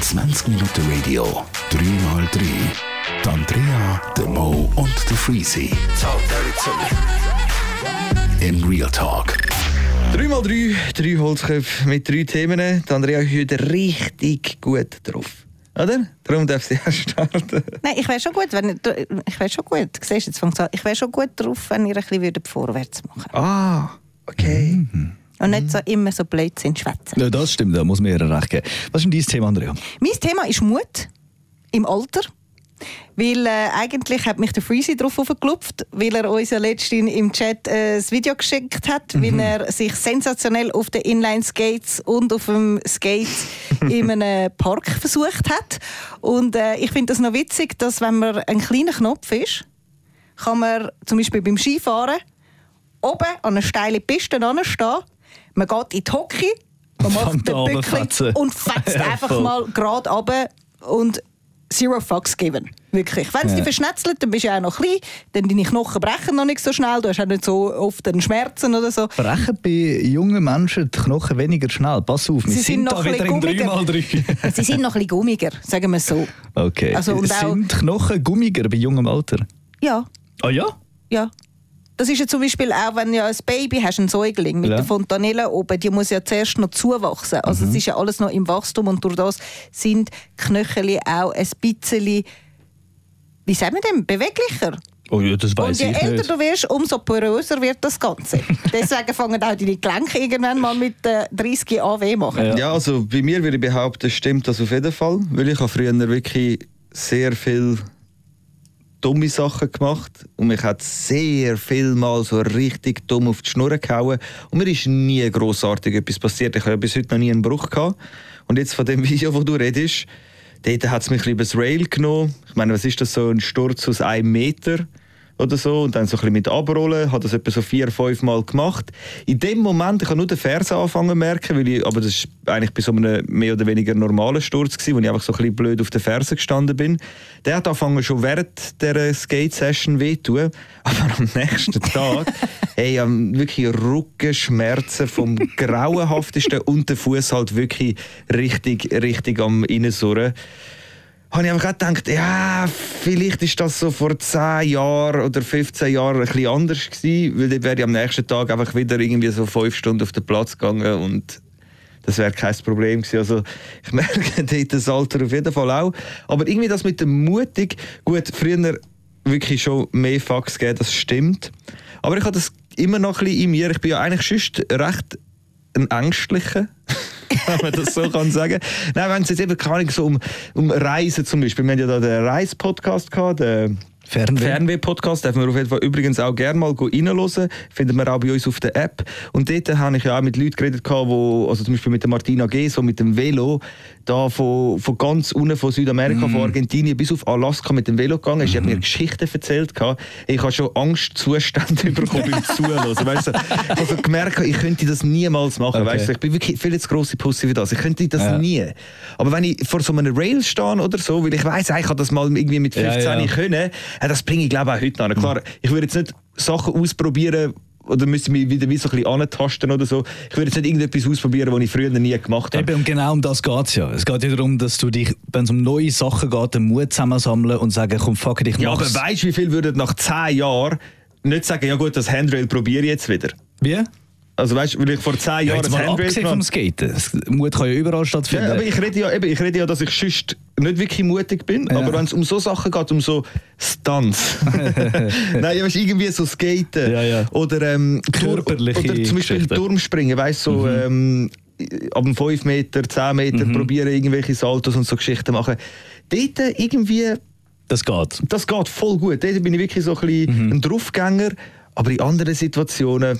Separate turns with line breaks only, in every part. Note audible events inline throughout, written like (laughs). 20 Minuten Radio, 3x3. Die Andrea, der Mo und der Freezy. In Real Talk.
3x3, drei Holzköpfe mit drei Themen. Die Andrea ist heute richtig gut drauf. Oder? Darum darf sie auch (laughs) starten.
Nein, ich wäre schon gut, wenn du- ich wäre schon gut. Siehst, du, jetzt fängt's an. Ich wäre schon gut drauf, wenn ihr ein bisschen würdet vorwärts machen.
Ah, okay.
Und nicht so immer so Blödsinn schwätzen.
Ja, das stimmt, da muss man ihr recht geben. Was ist denn dein Thema, Andrea?
Mein Thema ist Mut im Alter. Weil äh, eigentlich hat mich der Freezy drauf aufgeklopft, weil er uns ja letztens im Chat äh, das Video geschickt hat, wie er sich sensationell auf den Inline-Skates und auf dem Skate in einem Park versucht hat. Und äh, ich finde das noch witzig, dass wenn man ein kleiner Knopf ist, kann man zum Beispiel beim Skifahren oben an einer steilen Piste anstehen, man geht in die Hocke, man
Fängt
macht
an,
den Bückli
runterfetzen.
und fetzt
Ja,
einfach
voll.
mal gerade runter und zero fucks geben. Wirklich. Wenn es
Ja.
dich verschnetzelt, dann bist du ja auch noch klein, dann deine Knochen brechen noch nicht so schnell, du hast auch nicht so oft einen Schmerzen oder so.
Brechen bei jungen Menschen die Knochen weniger schnell. Pass auf, wir
Sie
sind,
sind noch
da
ein
wieder in
bisschen
3x3.
Sie sind noch ein bisschen gummiger, sagen wir es so.
Okay.
Also, und auch-
sind Knochen gummiger bei jungem Alter?
Ja,
Ah ja?
ja. Das ist ja zum Beispiel auch, wenn du ja ein Baby hast, ein Säugling mit
Ja. Mhm.
der Fontanelle oben, die muss ja zuerst noch zuwachsen. Also es ist ja alles noch im Wachstum und durch das sind die Knöchel auch ein bisschen, wie sagen wir denn, beweglicher.
Oh ja, das
Und
weiß
je
ich
älter
nicht.
du wirst, umso poröser wird
(laughs)
das Ganze. Deswegen fangen auch deine Gelenke irgendwann mal mit äh, 30 an weh machen.
Ja.
Ja. also bei mir würde ich behaupten, stimmt das auf jeden Fall. Weil ich habe früher wirklich sehr viel dumme Sachen gemacht und mich hat sehr viel mal so richtig dumm auf die Schnur gehauen und mir ist nie großartig etwas passiert. Ich habe ja bis heute noch nie einen Bruch gehabt. Und jetzt von dem (laughs) Video, wo du redest, dort hat es mich ein bisschen übers Rail genommen. Ich meine, was ist das so ein Sturz aus einem Meter? oder so und dann so ein bisschen mit abrollen, hat das etwa so vier, fünf Mal gemacht. In dem Moment, ich habe nur den Fersen anfangen zu merken, weil ich, aber das ist eigentlich bei so einem mehr oder weniger normalen Sturz gewesen, wo ich einfach so ein bisschen blöd auf den Fersen gestanden bin. Der hat angefangen schon während der Skate-Session weh zu tun, aber am (laughs) nächsten Tag, hey, ich habe wirklich Rückenschmerzen vom grauenhaftesten und der Fuß halt wirklich richtig, richtig am Innensurren habe ich einfach auch gedacht, ja, vielleicht ist das so vor 10 Jahren oder 15 Jahren ein bisschen anders gewesen, weil dann wäre ich am nächsten Tag einfach wieder irgendwie so fünf Stunden auf den Platz gegangen und das wäre kein Problem gewesen. Also ich (laughs) merke dort das Alter auf jeden Fall auch. Aber irgendwie das mit dem Mutig, gut, früher wirklich schon mehr Fax gegeben, das stimmt. Aber ich habe das immer noch ein bisschen in mir. Ich bin ja eigentlich sonst recht ein Ängstlicher, (laughs) wenn man das so kann sagen. Nein, wenn es jetzt eben keine Ahnung, so um, um Reisen zum Beispiel. Wir haben ja da den Reis-Podcast gehabt, den
Fernweh.
Fernweh-Podcast. Dürfen wir auf jeden Fall übrigens auch gerne mal go reinhören. Findet man auch bei uns auf der App. Und dort habe ich ja auch mit Leuten geredet, gehabt, wo, also zum Beispiel mit der Martina G., so mit dem Velo, da von, von ganz unten von
Mm.
Südamerika, von Argentinien bis auf Alaska mit dem Velo gegangen ist. Ich habe mir Geschichten erzählt. gehabt. Ich habe schon Angstzustände (laughs) bekommen beim Zuhören. Also, Weißt du, ich habe so gemerkt, ich könnte das niemals machen.
Okay.
Weißt du, ich bin wirklich viel zu grosse Pussy für das. Ich könnte das
Ja.
nie. Aber wenn ich vor so einem Rail stehe oder so, weil ich weiß, ich habe das mal irgendwie mit
Ja,
15
ja.
können, ja, das bringe ich glaube ich, auch heute
Mhm.
noch. Klar, ich würde jetzt nicht Sachen ausprobieren oder müsste mich wieder wie so ein bisschen antasten oder so. Ich würde jetzt nicht irgendetwas ausprobieren, was ich früher nie gemacht habe.
Eben, und genau um das geht es ja. Es geht ja darum, dass du dich, wenn es um neue Sachen geht, den Mut zusammensammeln und sagen, komm, fuck it, ich
Ja, aber
mach's.
weißt du, wie viel würden nach 10 Jahren nicht sagen, ja gut, das Handrail probiere ich jetzt wieder?
Wie?
Also weißt du, weil ich vor 10
Ja,
Jahren
jetzt
das
mal
Handrail
abgesehen vom
gemacht-
Skaten. Das- Mut kann ja überall stattfinden.
Ja, aber ich rede ja, eben, ich rede ja, dass ich sonst nicht wirklich mutig bin,
Ja.
aber wenn es um so Sachen geht, um so
(laughs)
Stunts. Nein, ja, weißt, irgendwie so Skaten
Ja, ja.
oder ähm, Tur-
Körperliche
oder zum Beispiel
Geschichten. Mhm.
Turmspringen, weißt so ähm, ab dem 5 Meter, 10 Meter probieren irgendwelche Saltos und so Geschichten machen. Dort irgendwie,
das geht.
das geht voll gut. Dort bin ich wirklich so ein, bisschen ein Draufgänger, aber in anderen Situationen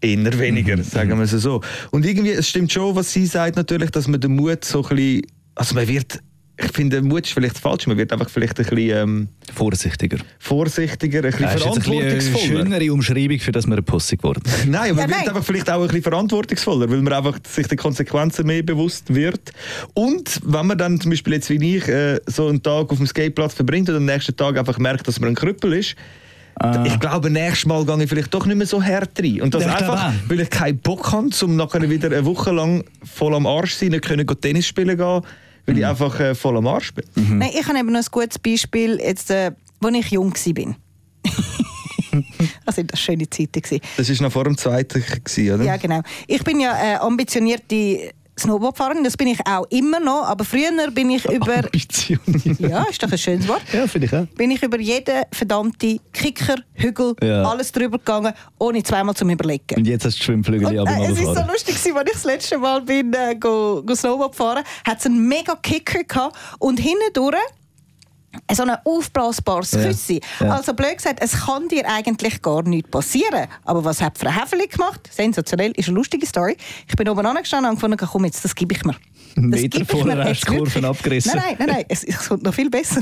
eher weniger, sagen wir es so. Und irgendwie, es stimmt schon, was sie sagt natürlich, dass man den Mut so ein bisschen, also man wird, ich finde, Mut ist vielleicht falsch, man wird einfach vielleicht ein bisschen ähm,
Vorsichtiger.
vorsichtiger, ein bisschen
Das ist jetzt ein bisschen eine
verantwortungsvoller.
schönere Umschreibung, für dass man eine Pussy geworden ist.
Nein, aber
Ja,
man wird
nein.
einfach vielleicht auch ein bisschen verantwortungsvoller, weil man einfach sich den Konsequenzen mehr bewusst wird. Und wenn man dann zum Beispiel jetzt wie ich äh, so einen Tag auf dem Skateplatz verbringt und am nächsten Tag einfach merkt, dass man ein Krüppel ist,
Äh.
Ich glaube, nächstes Mal gehe ich vielleicht doch nicht mehr so hart rein. Und das
Ich glaube
einfach,
auch.
weil ich keinen Bock habe, um nachher wieder eine Woche lang voll am Arsch zu sein, nicht können gehen Tennis spielen gehen, weil
Mhm.
ich einfach äh, voll am Arsch bin.
Nein, ich habe eben noch ein gutes Beispiel, jetzt, äh, als ich
(laughs)
jung war. das sind das schöne Zeiten. Gewesen.
Das war noch vor dem zweiten, gewesen, oder?
Ja, genau. Ich bin ja äh, ambitionierte Snowboardfahrerin, das bin ich auch immer noch, aber früher
(laughs)
bin ich über...
Ambition.
Ja, ist doch ein schönes Wort.
ja, finde ich auch.
Bin ich über jeden verdammten Kicker, Hügel,
Ja.
alles drüber gegangen, ohne zweimal zum überlegen.
Und jetzt hast du Schwimmflügel ab
Und, äh,
und
es ist so
runterfahren.
lustig, gewesen, als ich das letzte Mal bin, äh, go, go Snowboard gefahren hat es einen mega Kicker gehabt und hinten durch so ein aufblasbares
Ja.
Küssi.
Ja.
Also blöd gesagt, es kann dir eigentlich gar nichts passieren. Aber was hat Frau Häfeli gemacht? Sensationell, ist eine lustige Story. Ich bin oben angestanden und gefunden, komm jetzt, das gebe ich mir. Das
Meter
gebe ich
vorher
mir
hast
jetzt
du die Kurven
wirklich.
abgerissen.
Nein, nein, nein, nein, es, es kommt noch viel besser.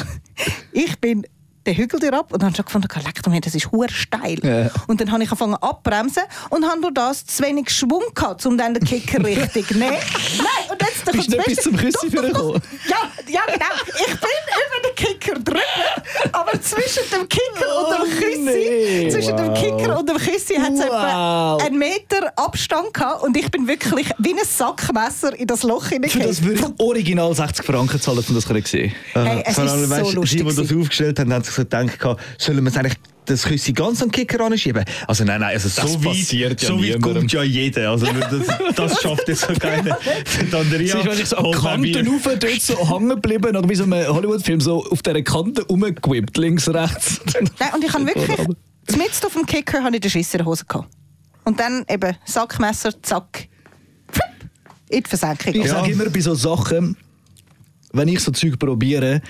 Ich bin den Hügel dir ab und habe schon gefunden, leck mir, das ist hure steil.
Ja.
Und dann habe ich angefangen abbremsen und habe nur das zu wenig Schwung gehabt, um dann den Kicker richtig zu nehmen.
(laughs)
Nein, und jetzt
Bist du nicht bis zum Küssi
Doch, doch, doch.
vorgekommen?
Ja, ja, genau. Ich bin über den Kicker drüber, aber zwischen dem Kicker und dem
Oh,
Küssi,
nee.
zwischen dem
Wow.
Kicker und dem Küssi hat es
Wow.
etwa einen Meter Abstand gehabt und ich bin wirklich wie ein Sackmesser in das Loch
Für das
hineingekommen.
würde ich original 60 Franken zahlen, um das zu sehen.
Hey, es
Vor
ist
allem,
so
Äh, weisst,
lustig
Die, die das
gewesen.
aufgestellt haben, haben sich so gedacht, gehabt, sollen wir es eigentlich das Küssi ganz an den Kicker anschieben? Also nein, nein, also
Das
so weit,
passiert ja
so weit
niemandem.
kommt ja jeder. Also das,
(laughs)
das schafft jetzt so keiner. Der Andrea,
Es ist wahrscheinlich so oh, an
holt mein Bier.
Kanten rauf, dort so hängen geblieben, nach wie so einem Hollywood-Film, so auf dieser Kante rumgequippt, links, (laughs) rechts.
Nein, und
(laughs)
ich habe wirklich, mitten auf dem Kicker habe ich den Schiss in der Hose gehabt. Und dann eben Sackmesser, zack, pfipp, in die Versenkung. Also,
Ich
Ja.
sage immer bei so Sachen, wenn ich so Zeug probiere,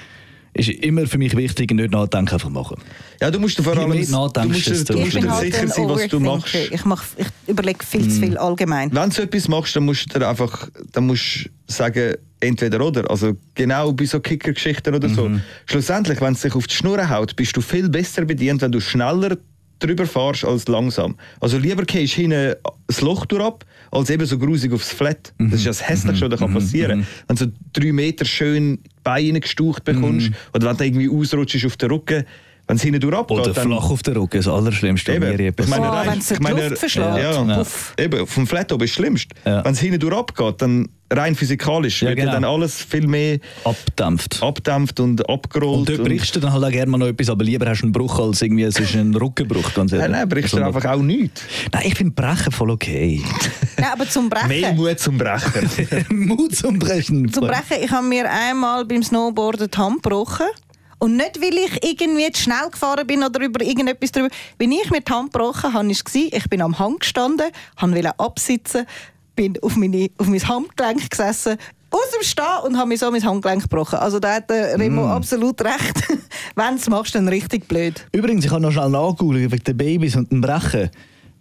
ist immer für mich wichtig, nicht nachdenken, einfach machen.
Ja, du musst dir vor
Je
allem
mehr
du
nachdenkst,
musst, dir-
desto
du
Ich
musst dir
bin halt
sicher
ein
sein, was du
Overthinker.
machst. Hm.
Ich, mach, ich überlege viel zu viel allgemein.
Wenn du etwas machst, dann musst du dir einfach dann musst du sagen, entweder oder. Also genau bei so Kicker-Geschichten oder so.
Mhm.
Schlussendlich, wenn es dich auf die Schnur haut, bist du viel besser bedient, wenn du schneller drüber fährst als langsam. Also lieber gehst hinten das Loch durch ab, als eben so grusig aufs Flat. Das ist ja
Mhm.
das Hässlichste, was da passieren kann. Wenn du so drei Meter schön die Beine gestaucht bekommst
Mhm.
oder wenn du irgendwie ausrutschst auf den Rücken, wenn es hinten durch abgeht,
Oder
dann...
flach auf der Rücken, das Allerschlimmste. wenn mir
Eben.
etwas-
Ich meine,
Oh,
nein,
wenn's
ich
die
meine,
Luft verschlägt.
Ja,
Ja.
Puff. Eben, vom Flat oben ist das Schlimmste.
Ja.
Wenn es hinten durch abgeht, dann rein physikalisch
Ja,
wird
genau.
ja dann alles viel mehr
abdämpft.
abdämpft und abgerollt.
Und dort brichst du dann halt auch gerne mal noch etwas, aber lieber hast du einen Bruch als irgendwie, es ist ein Rückenbruch, ganz ehrlich.
Nein, nein, brichst du einfach auch nichts.
Nein, ich finde Brechen voll
(laughs)
okay. (laughs)
Nein, aber zum
Mehr
Brechen.
Mut zum Brechen.
Mut zum Brechen.
Zum Brechen, ich habe mir einmal beim Snowboarden die Hand gebrochen. Und nicht, weil ich irgendwie zu schnell gefahren bin oder über irgendetwas drüber. Wenn ich mir die Hand gebrochen habe, war es, ich bin am Hang gestanden, wollte absitzen, bin auf, meine, auf mein Handgelenk gesessen, aus dem Stehen und habe mir so mein Handgelenk gebrochen. Also da hat der Remo
Mm.
absolut recht. (laughs) Wenn du es machst, dann richtig blöd.
Übrigens, ich habe noch schnell nachgeschaut, wegen den Babys und dem Brechen.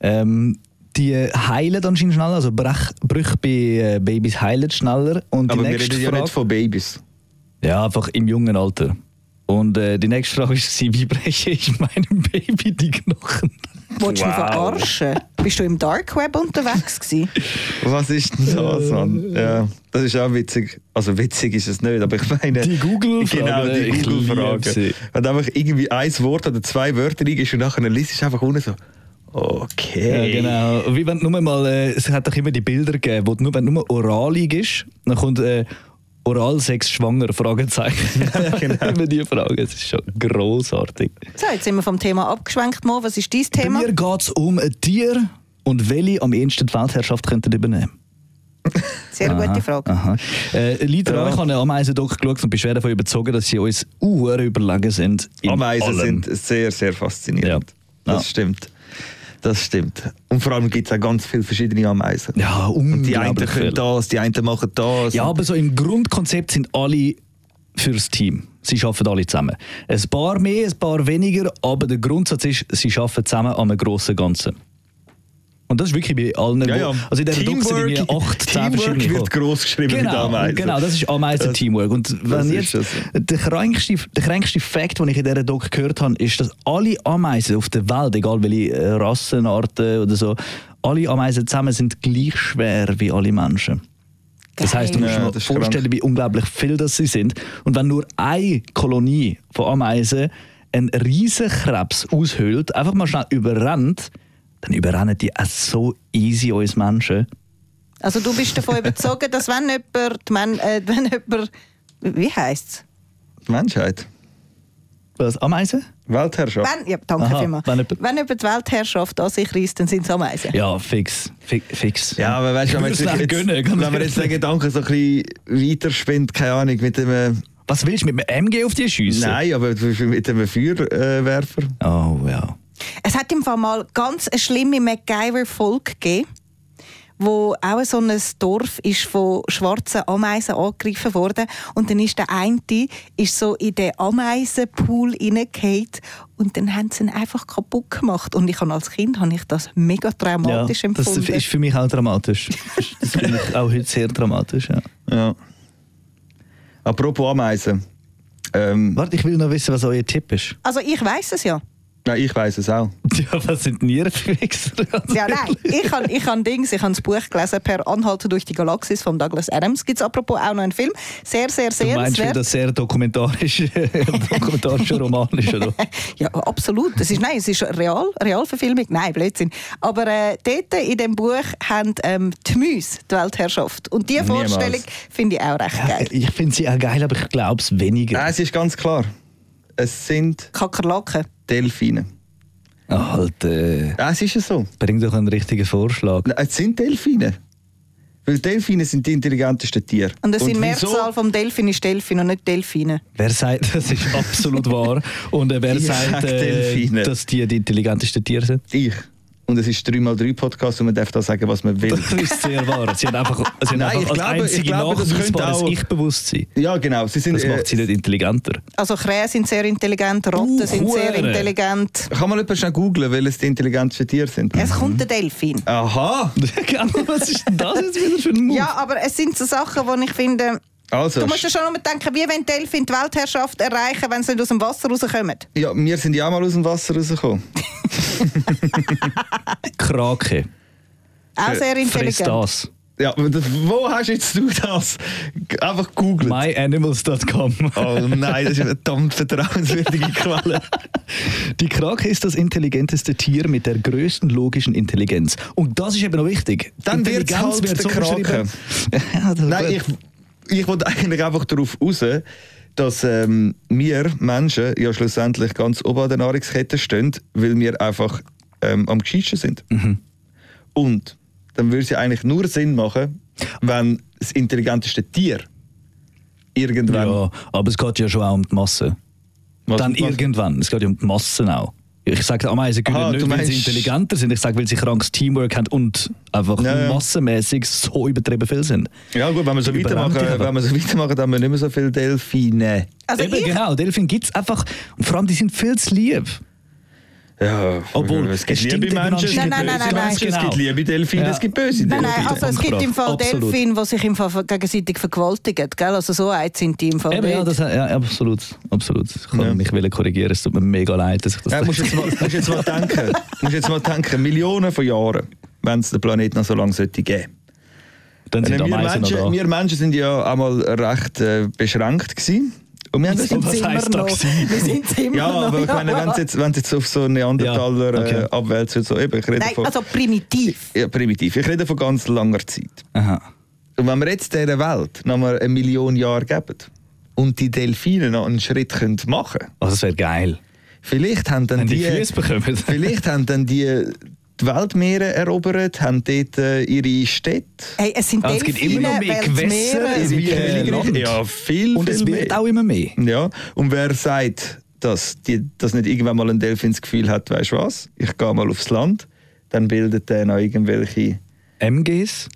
Ähm, die heilen anscheinend schneller, also Brech, Brüche bei äh, Babys heilen schneller. Und
Aber
die
wir
nächste
reden ja
Frage,
nicht von Babys.
Ja, einfach im jungen Alter. Und äh, die nächste Frage war, (laughs) wie breche ich meinem Baby die Knochen?
Wolltest du mich
Wow.
verarschen? Bist du im Dark Web unterwegs gewesen?
Was ist denn das, Mann? Ja, das ist auch witzig. Also witzig ist es nicht, aber ich meine...
Die Google-Frage,
(laughs) Genau, die
ich liebe
Google-Frage.
sie.
Wenn du einfach irgendwie ein Wort oder zwei Wörter eingibst und nachher liest du einfach unten so... Okay.
Ja, genau. Wie wenn du nur mal, äh, es hat doch immer die Bilder gegeben, wo du nur, wenn du nur oralig ist, dann kommt äh, Oralsex schwanger,
(laughs)
Fragezeichen.
genau.
immer die Frage, es ist schon grossartig.
So, jetzt sind wir vom Thema abgeschwenkt. Mo, was ist dein
Bei
Thema?
mir geht es um ein Tier und welche am ehesten die Weltherrschaft könnten übernehmen.
Sehr gute Frage.
Aha. Äh, Leute,
Ja.
ich habe einen Ameisendoc geschaut und bin schwer davon überzogen, dass sie uns uhr überlegen sind. in
Ameisen
allem.
sind sehr, sehr faszinierend.
Ja.
Das
Ja.
stimmt. Das stimmt. Und vor allem gibt es auch ganz viele verschiedene Ameisen.
Ja,
Und die einen
unglaublich
können
viel.
das, die einen machen das.
Ja, aber so im Grundkonzept sind alle fürs Team. Sie arbeiten alle zusammen. Ein paar mehr, ein paar weniger, aber der Grundsatz ist, sie arbeiten zusammen an einem grossen Ganzen. Und das ist wirklich bei allen.
Ja, ja.
wo- Also in dieser Doku sind
Teamwork-
irgendwie acht, zehn
Teamwork
verschiedene.
wird
Gruppen.
gross geschrieben mit
genau,
Ameisen.
Genau, das ist Ameisen-Teamwork. Und
das
wenn jetzt,
ist das.
der, kränkste, der kränkste Fakt, den ich in dieser Doku gehört habe, ist, dass alle Ameisen auf der Welt, egal welche äh, Rassenarten oder so, alle Ameisen zusammen sind gleich schwer wie alle Menschen. Das
Geil.
heißt, du musst
Ja,
dir mal
das ist
vorstellen, wie unglaublich viel das sie sind. Und wenn nur eine Kolonie von Ameisen einen riesen Krebs aushöhlt, einfach mal schnell überrennt, dann überrennen die auch so easy uns Menschen.
Also du bist davon überzeugt, dass wenn jemand, wenn, äh, wenn jemand wie heisst
Die Menschheit.
Was, Ameisen?
Weltherrschaft.
Wenn, ja, danke
Aha,
vielmals.
wenn
Wenn,
jemand-
jemand die Weltherrschaft an sich reißt, dann sind es Ameisen.
Ja, fix. Fi fix.
Ja, aber weißt du, wenn, man
Ich
jetzt,
würde es
jetzt,
nicht gönnen, ganz genau.
wenn man jetzt den
ehrlich.
Gedanken so ein bisschen weiterspinnt, keine Ahnung, mit dem. äh,
Was willst du mit einem MG auf die schiessen?
Nein, aber zum Beispiel mit dem Feuerwerfer.
Oh, ja.
Es hat im Fall mal ganz eine schlimme MacGyver-Folge gegeben, wo auch so ein Dorf ist von schwarzen Ameisen angegriffen wurde und dann ist der eine ist so in den Ameisenpool hineingefallen und dann haben sie ihn einfach kaputt gemacht und ich habe als Kind habe ich das mega
ja.
traumatisch
Das
empfunden.
ist für mich auch dramatisch. Das finde ich auch heute sehr dramatisch. Ja.
Ja. Apropos Ameisen. Ähm,
Warte, ich will noch wissen, was euer Tipp ist.
also ich weiß es ja.
nein, ich weiß es auch.
Ja, was sind Nierenfixer?
(laughs) Ja,
(laughs)
nein. Ich habe ich han Dings, ich han das Buch gelesen, Per Anhalter durch die Galaxis von Douglas Adams. Gibt es apropos auch noch einen Film. Sehr, sehr,
Du
sehr.
meinst, weil das sehr dokumentarisch, dokumentarischer Roman ist, oder?
(laughs) Ja, absolut. Es ist, nein, es ist real, Realverfilmung. Nein, Blödsinn. Aber äh, dort in dem Buch haben ähm, die Mäuse die Weltherrschaft. Und diese
Niemals.
Vorstellung finde ich auch recht geil.
Ich finde sie auch geil, aber ich glaube es
Nein,
weniger.
es ist ganz klar. Es sind
Kakerlaken.
Delfine.
Alter, äh,
Ja, Es ist ja so.
bring doch einen richtigen Vorschlag.
Nein, Es sind Delfine. Weil Delfine sind die intelligentesten Tiere.
Und das sind
wieso-
Mehrzahl vom Delfin ist Delfin und nicht Delfine.
Wer sagt, das ist absolut wahr. Und äh, wer
Ich
sagt,
sag
äh,
Delfine.
dass die die intelligentesten Tiere sind?
Ich. Und es ist 3x3-Podcast und man darf da sagen, was man will.
Das ist sehr wahr. Sie haben einfach, sie haben
Nein,
einfach
ich
als
glaube- ich
einzige
glaube, das könnte
nachweisbares
auch-
Ich-Bewusstsein.
ja, genau. Sie sind,
Das macht sie
äh,
nicht (laughs) intelligenter.
Also Krähen sind sehr intelligent, Ratten
Uh,
sind sehr
Hure.
intelligent.
Kann man etwas schnell googlen, welches die intelligentesten Tiere sind?
Es kommt der Delfin.
Aha!
was ist denn das jetzt wieder für ein Move?
Ja, aber es sind so Sachen, wo ich finde,
Also,
du musst ja schon immer denken, wie wenn Delfin die Weltherrschaft erreichen, wenn sie nicht aus dem Wasser rauskommen.
ja, wir sind ja auch mal aus dem Wasser rausgekommen.
Krake.
Auch
Äh,
sehr
Fress
intelligent.
das.
Ja, aber das, wo hast jetzt du das? G- Einfach googelt.
MyAnimals.com.
Oh nein, das ist eine verdammt vertrauenswürdige Quelle.
(laughs) Die Krake ist das intelligenteste Tier mit der größten logischen Intelligenz. Und das ist eben noch wichtig.
Dann wird's
Intelligenz
halt der Krake.
beschrieben. (laughs) ja, das
Nein, ich, ich wollte eigentlich einfach darauf raus, dass ähm, wir Menschen ja schlussendlich ganz oben an der Nahrungskette stehen, weil wir einfach ähm, am gescheitsten sind. Und dann würde es ja eigentlich nur Sinn machen, wenn das intelligenteste Tier irgendwann...
ja, aber es geht ja schon auch um die Masse.
Was-
Dann
was-
irgendwann. Es geht ja um die Massen auch. Ich sage, Ameisen
Aha,
können nicht,
du
weil sie
meinst-
intelligenter sind. Ich sage, weil sie krankes Teamwork haben und einfach
Ja, ja.
massenmäßig so übertrieben viel sind.
Ja gut, wenn wir so
Die
weitermachen,
überrennt dich aber.
wenn wir so weitermachen, dann haben wir nicht mehr so viele Delfine.
Also
Eben,
ich,
genau, Delfin gibt es einfach. Und vor allem, die sind viel zu lieb.
Ja,
Obwohl,
es gibt
es stimmt eben
liebe Menschen, es
anscheinend
gibt
Nein, nein,
böse
nein, nein,
Menschen, es
genau.
gibt liebe Delfine,
Ja.
es gibt böse
nein,
Delfine.
nein, also es gibt im Fall
Absolut.
Delfine, die sich im Fall gegenseitig vergewaltigen. Gell? Also so eins sind die im Fall
Eben, ja,
nicht.
das, ja, absolut. absolut. Ich kann
Ja.
mich wollen korrigieren. Es tut mir mega leid, dass ich das
Ja, musst Äh, jetzt mal, musst jetzt mal denken, musst jetzt mal denken, Millionen von Jahren, wenn es den Planeten noch so lange sollte geben.
Dann sind
wir,
Ameisen noch da.
Menschen, wir Menschen sind ja einmal recht äh, beschränkt gewesen. Und wir haben das
sind
was
sie immer
heisst da
noch.
gewesen?
Wir sind sie immer
ja,
noch.
aber ich meine, wenn es jetzt, wenn's jetzt auf so Neandertaler
Ja, okay.
äh, abwälzt, so eben, ich rede
Nein,
von
also primitiv.
ja, primitiv, ich rede von ganz langer Zeit.
Aha.
Und wenn wir jetzt dieser Welt noch mal eine Million Jahre geben und die Delfine noch einen Schritt können machen können,
Also, das wäre geil.
vielleicht haben dann
Wenn die
die, äh,
Füße bekommen.
vielleicht haben dann die die Weltmeere erobert, haben dort äh, ihre Städte.
Hey, es sind
Ah, es gibt
Delfine,
immer noch mehr Gewässer,
Weltmeere.
es
ihre
wie, äh,
Königreiche.
Land.
Ja, viel,
(laughs) Und
viel
es wird
mehr.
auch immer mehr.
Ja, und wer sagt, dass, die, dass nicht irgendwann mal ein Delfin das Gefühl hat, weißt du was, ich gehe mal aufs Land, dann bildet der noch irgendwelche,
MGs?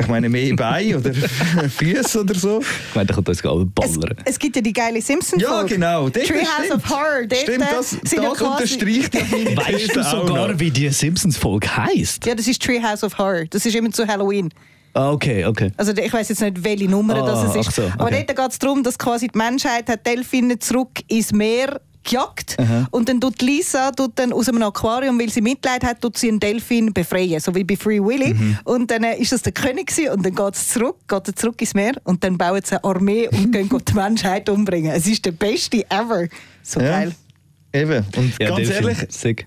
ich meine, mehr Beine oder Füße oder so.
Ich meine, da kommt uns gerade
Es,
ballern.
es gibt ja die geile Simpsons
Ja, genau. Dort
Treehouse
stimmt.
of Horror. Dort äh,
Stimmt, das,
sind ja
das
quasi-
unterstreicht ja meine
Weißt du
These auch
sogar,
noch.
wie die Simpsons-Folge heisst?
Ja, das ist Treehouse of Horror. Das ist immer zu Halloween.
Ah, okay, okay.
Also ich weiß jetzt nicht, welche Nummer
Ah,
das es
ach
ist.
so,
Aber
okay.
dort geht es darum, dass quasi die Menschheit hat Delfine zurück ins Meer gejagt und dann tut Lisa tut dann aus einem Aquarium, weil sie Mitleid hat, tut sie einen Delfin befreien, so wie bei Free Willy.
Mhm.
Und dann äh, ist das der König gewesen, und dann geht es zurück, geht er zurück ins Meer und dann bauen
(laughs)
sie eine Armee und gehen die Menschheit umbringen. Es ist der beste ever. So
Ja.
geil.
Eben. Und
Ja,
ganz
Delfin,
ehrlich,
Sick.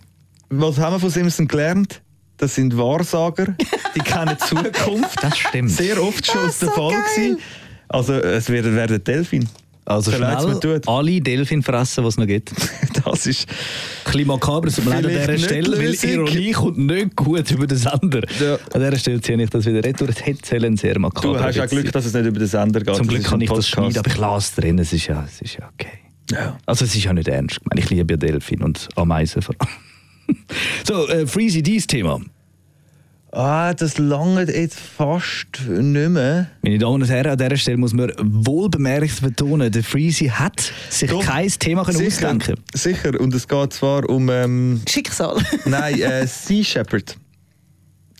was haben wir von Simpson gelernt? Das sind Wahrsager, die kennen die Zukunft.
Das (laughs) stimmt.
Sehr oft schon
Das
aus
ist
der
so
Fall
geil.
gewesen. Also es werden, werden Delfin. (laughs)
Also
So leid es mir
schnell
tut.
alle Delfin fressen, was es noch
(laughs)
gibt.
Das ist
Ein bisschen makaber zum Ende an
Vielleicht
dieser
nicht
Stelle, weil
Lösung.
Ironie kommt nicht gut über den Sender.
Ja.
An dieser Stelle ziehe ich das wieder retour. Es hätte sollen sehr makaber
Du hast ja
sein.
Glück, dass es nicht über den Sender geht.
Zum
Das
Glück
ist
kann
ein
ich das
Podcast.
schneiden, aber ich lasse es drin. Es ist ja, es ist ja okay.
Ja.
Also es ist ja nicht ernst gemeint. Ich liebe ja Delfin und Ameisen vor allem. (laughs) so, äh, Freezy D's Thema.
Ah, das lange jetzt fast nicht mehr.
Meine Damen und Herren, an dieser Stelle muss man wohl bemerkt betonen, der Freezy hat sich
Doch.
kein Thema können
sicher,
ausdenken
sicher, und es geht zwar um. Ähm,
Schicksal. (laughs)
nein, äh, (laughs) Sea Shepherd.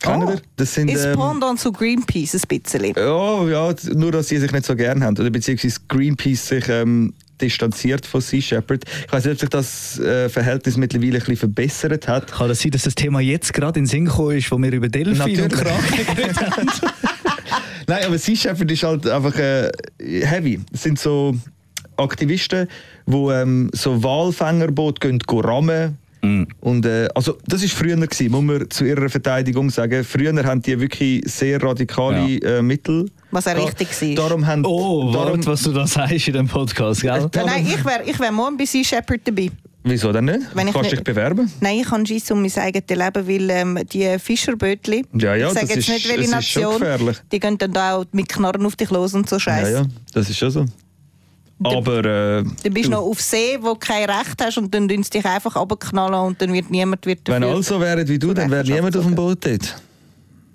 Kennt
Ah.
ihr? Das sind.
Ist
Ähm,
Pendant zu Greenpeace ein bisschen.
ja, ja, nur dass sie sich nicht so gern haben. Oder beziehungsweise Greenpeace sich ähm, distanziert von Sea Shepherd. Ich weiß nicht, ob sich das äh, Verhältnis mittlerweile ein bisschen verbessert hat.
Kann das sein, dass das Thema jetzt gerade in den Sinn gekommen ist, wo wir über Delfin und
Natürlich.
Kraken
(laughs)
geredet haben?
Nein, aber Sea Shepherd ist halt einfach äh, heavy. Es sind so Aktivisten, die ähm, so Walfängerboote gehen, go rammen. Und, äh, also, das war früher, gewesen, muss man zu ihrer Verteidigung sagen. Früher haben die wirklich sehr radikale äh, Mittel.
Was auch
Da-
richtig war.
Darum haben,
Oh,
darum,
warte, was du da sagst in dem Podcast, gell?
Ja, nein, ich wäre ich wär morgen bei Sea Shepherd dabei.
Wieso denn nicht?
Wenn ich
Kannst
nicht-
dich bewerben?
Nein, ich kann Schiss um mein eigenes Leben, weil ähm, die Fischerbötli,
Ja, ja,
ich sage
das
jetzt
ist-
nicht welche
es ist schon
Nation,
gefährlich.
die gehen dann da auch mit Knarren auf dich los und so Scheiß.
Ja, ja, das ist schon so. Aber. Äh,
Dann bist du noch auf See, wo du kein Recht hast und dann tun sie dich einfach runterknallen und dann wird niemand wird
wenn
dafür...
alle so wären wie du, dann wäre
Rechenschaft
niemand auf dem Boot dort.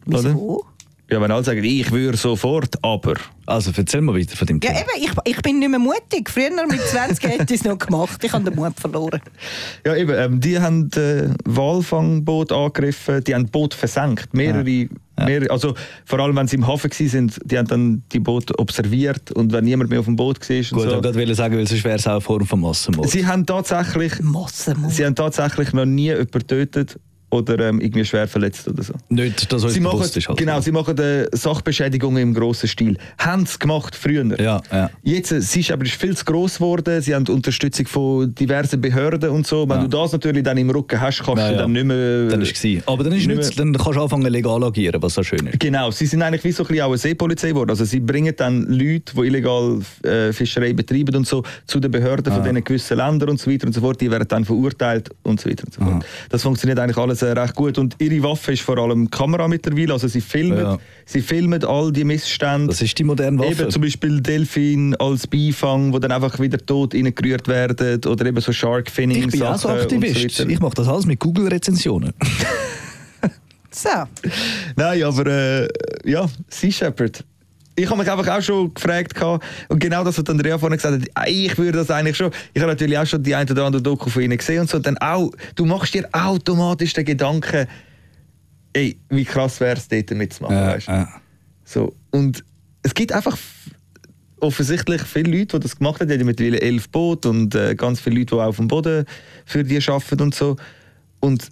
Oder?
Wieso?
Ja, wenn alle sagen, ich würde sofort, aber.
Also erzähl mal weiter von dem
Ja,
Thema.
eben, ich, ich bin nicht mehr mutig. Früher mit 20 (laughs) hätte ich es noch gemacht. Ich habe den Mut verloren.
Ja, eben, ähm, die haben äh, Walfangboot angegriffen, die haben Boot versenkt. Mehrere, mehrere, also vor allem wenn sie im Hafen waren, sind, die haben dann die Boote observiert und wenn niemand mehr auf dem Boot war.
Gut,
und
ich
so.
wollte gerade sagen, weil sonst wäre es auch eine Form von Massenmord.
Sie haben tatsächlich,
Massenmord.
sie haben tatsächlich noch nie jemanden getötet oder ähm, irgendwie schwer verletzt oder so.
Nicht, dass uns
Sie machen,
bewusst ist. Halt.
genau, sie machen äh, Sachbeschädigungen im grossen Stil. Haben es gemacht früher.
Ja, ja.
Jetzt, äh, sie ist aber ist viel zu gross geworden, sie haben Unterstützung von diversen Behörden und so. Wenn
Ja.
du das natürlich dann im Rücken hast, kannst
Ja,
du
ja.
dann nicht mehr...
Dann ist es gewesen. Aber dann, ist
nicht
nichts, dann kannst du anfangen legal agieren, was so schön ist.
Genau, sie sind eigentlich wie so ein bisschen auch eine Seepolizei geworden. Also sie bringen dann Leute, die illegal äh, Fischerei betreiben und so, zu den Behörden
Ah.
von diesen gewissen Ländern und so weiter und so fort. Die werden dann verurteilt und so weiter und so fort.
Ah.
Das funktioniert eigentlich alles äh, recht gut. Und ihre Waffe ist vor allem Kamera mittlerweile. Also sie filmen,
Ja.
sie filmen all die Missstände.
Das ist die moderne Waffe.
Eben zum Beispiel Delfin als Beifang, wo dann einfach wieder tot reingerührt werden oder eben so Shark Finning
ich bin auch so Aktivist.
So weiter.
ich mache das alles mit Google-Rezensionen.
So,
Nein, aber äh, ja, Sea Shepherd. Ich habe mich einfach auch schon gefragt gehabt, und genau das, was dann Rea vorhin gesagt hat, «Ei, ich würde das eigentlich schon. Ich habe natürlich auch schon die ein oder andere Doku von ihnen gesehen und so. Und dann auch, du machst dir automatisch den Gedanken, ey, wie krass wäre es, dort mitzumachen, weißt du?
Äh,
So. Und es gibt einfach f- offensichtlich viele Leute, die das gemacht haben. Die haben mittlerweile elf Boote und äh, ganz viele Leute, die auch auf dem Boden für die arbeiten und so. Und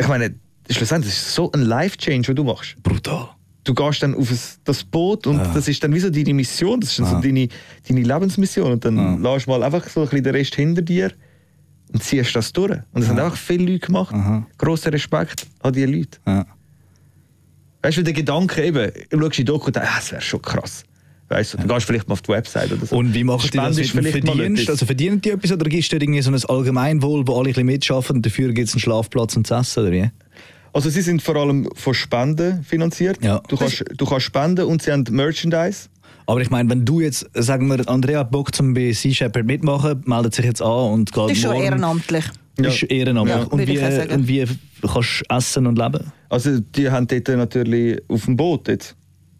ich meine, schlussendlich ist es so ein Life-Change, den du machst.
Brutal.
Du gehst dann auf es- das Boot
Ah.
und das ist dann wie so deine Mission, das ist dann so deine, deine Lebensmission. Und dann
Ah.
lässt du mal einfach so ein bisschen den Rest hinter dir und ziehst das durch. Und das haben
Ah.
einfach viele Leute gemacht. Großer Respekt an diese Leute.
Ja.
Weißt du, der Gedanke eben, du schaust in die Doku und denkst, ah, das wäre schon krass. Weißt du, dann gehst du vielleicht mal auf die Website oder so.
Und wie machen die das
Spendest
mit dem
vielleicht mal
Verdienst?
etwas.
Also verdienen die etwas oder gibst du dort irgendwie so ein Allgemeinwohl, wo alle ein bisschen mitschaffen und dafür gibt es einen Schlafplatz und zu essen, oder wie?
Also sie sind vor allem von Spenden finanziert.
Ja.
Du, kannst, du kannst spenden und sie haben Merchandise.
Aber ich meine, wenn du jetzt, sagen wir, Andrea hat Bock zum bei Sea Shepherd mitmachen, meldet sich jetzt an und geht
das ist schon
morgen.
ehrenamtlich.
Ja.
Ist ehrenamtlich.
Ja,
und,
würde
wie,
ich auch sagen.
und wie f- kannst du essen und leben?
Also die haben dort natürlich auf dem Boot jetzt.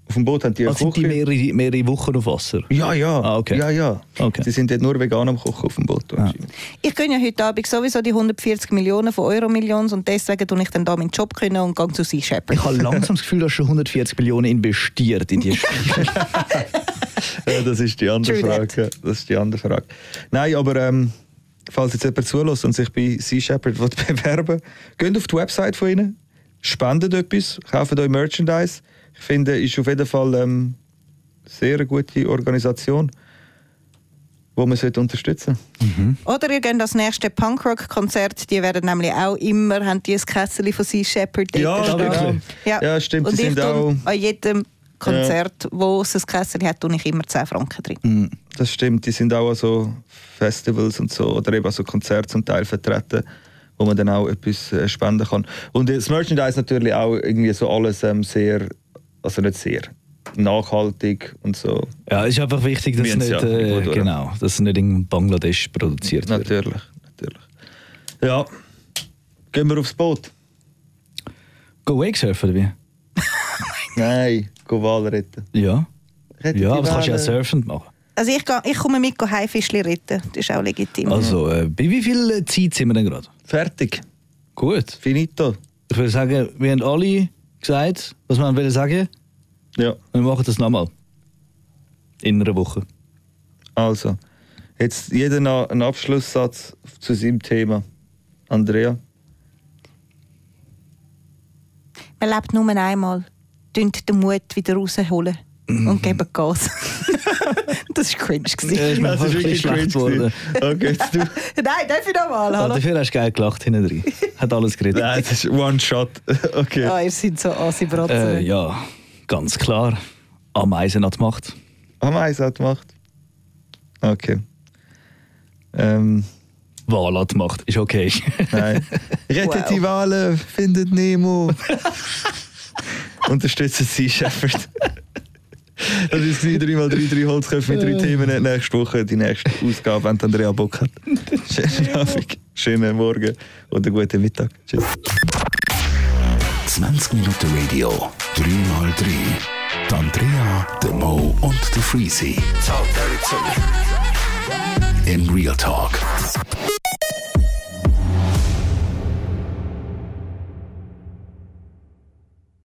Auf dem Boot haben die eine
Also sind die
Küche.
mehrere, mehrere Wochen auf Wasser?
Ja, ja.
Ah, okay.
ja, ja.
Okay. Ah.
Sie sind dort nur vegan am Kochen auf dem Boot. anscheinend.
Ich gönne ja heute Abend sowieso die 140 Millionen von Euro-Millions und deswegen tue ich dann da meinen Job können und gehe zu Sea Shepherd.
Ich habe langsam das Gefühl, du hast schon 140 Millionen investiert in die Spiele.
Ja, Äh, das ist die andere
True
Frage.
that.
ja. Das ist die andere Frage. Nein, aber ähm, falls jetzt jemand zulässt und sich bei Sea Shepherd (laughs) will bewerben geht auf die Website von ihnen, spendet etwas, kauft euch Merchandise. Ich finde, ist auf jeden Fall ähm, sehr eine gute Organisation. wo man sollte unterstützen
Oder ihr geht das nächste Punkrock-Konzert, die werden nämlich auch immer, haben die ein Kessel von Sea Shepherd
Ja,
dort stehen.
wirklich. Ja, stimmt,
Und
die
ich
sind
tue
auch-
an jedem Konzert, wo es ein Kessel hat, tue ich immer 10 Franken drin.
sollte. Das stimmt, die sind auch an so Festivals und so oder eben an so Konzerten zum Teil vertreten, wo man dann auch etwas äh, spenden kann. Und das Merchandise natürlich auch irgendwie so alles ähm, sehr, also nicht sehr, nachhaltig und so,
Ja, es ist einfach wichtig, dass es
Müssen
nicht,
sie auch irgendwo
äh,
durch.
genau, dass es nicht in Bangladesch produziert wird.
natürlich, natürlich. Ja, gehen wir aufs Boot.
Go Wakesurfen, oder wie?
Nein, go Wal retten.
Ja.
Ich hätte die
Ja, aber das kannst du ja
Wale-
auch surfend machen.
Also ich, gehe, ich komme mit Haifischli retten, das ist auch legitim.
Also, äh, bei wie viel äh, Zeit sind wir denn gerade?
Fertig,
Gut.
finito.
Ich würde sagen, wir haben alle gesagt, was wir wollen sagen.
Ja,
Wir machen das nochmal. In einer Woche.
also. Jetzt jeder noch einen Abschlusssatz zu seinem Thema. Andrea?
Man lebt nur einmal. Tönt den Mut wieder rausholen
Mhm.
und geben Gas. (laughs) das war cringe.
Ja,
gewesen.
ist mir Äh, fast ein bisschen schlecht geworden.
Okay, jetzt Oh, (laughs) du.
Nein, darf ich nochmal?
Ah,
Also
Hallo?
dafür hast du geil gelacht hinten drin. Hat alles geredet.
Nein, das ist One Shot. (laughs) Okay.
Ah, ihr seid so Asi-Bratzen.
Äh, ja, ganz klar. Ameisen hat die Macht.
Ameisen hat gemacht. Okay. Ähm,
Wal hat die Macht. Ist okay.
(laughs) nein. Rettet
Wow.
die Wale, findet Nemo. (laughs) Unterstützt sie, Shepard. Das ist 3x3, 3 Holzköpfe mit drei Themen. Nächste Woche die nächste Ausgabe, wenn die Andrea Bock (laughs) hat. Schönen Abend, schönen Morgen und einen guten Mittag. Tschüss.
20 Minuten Radio, 3x3. Die Andrea, der Mo und der Freezy. In Real Talk.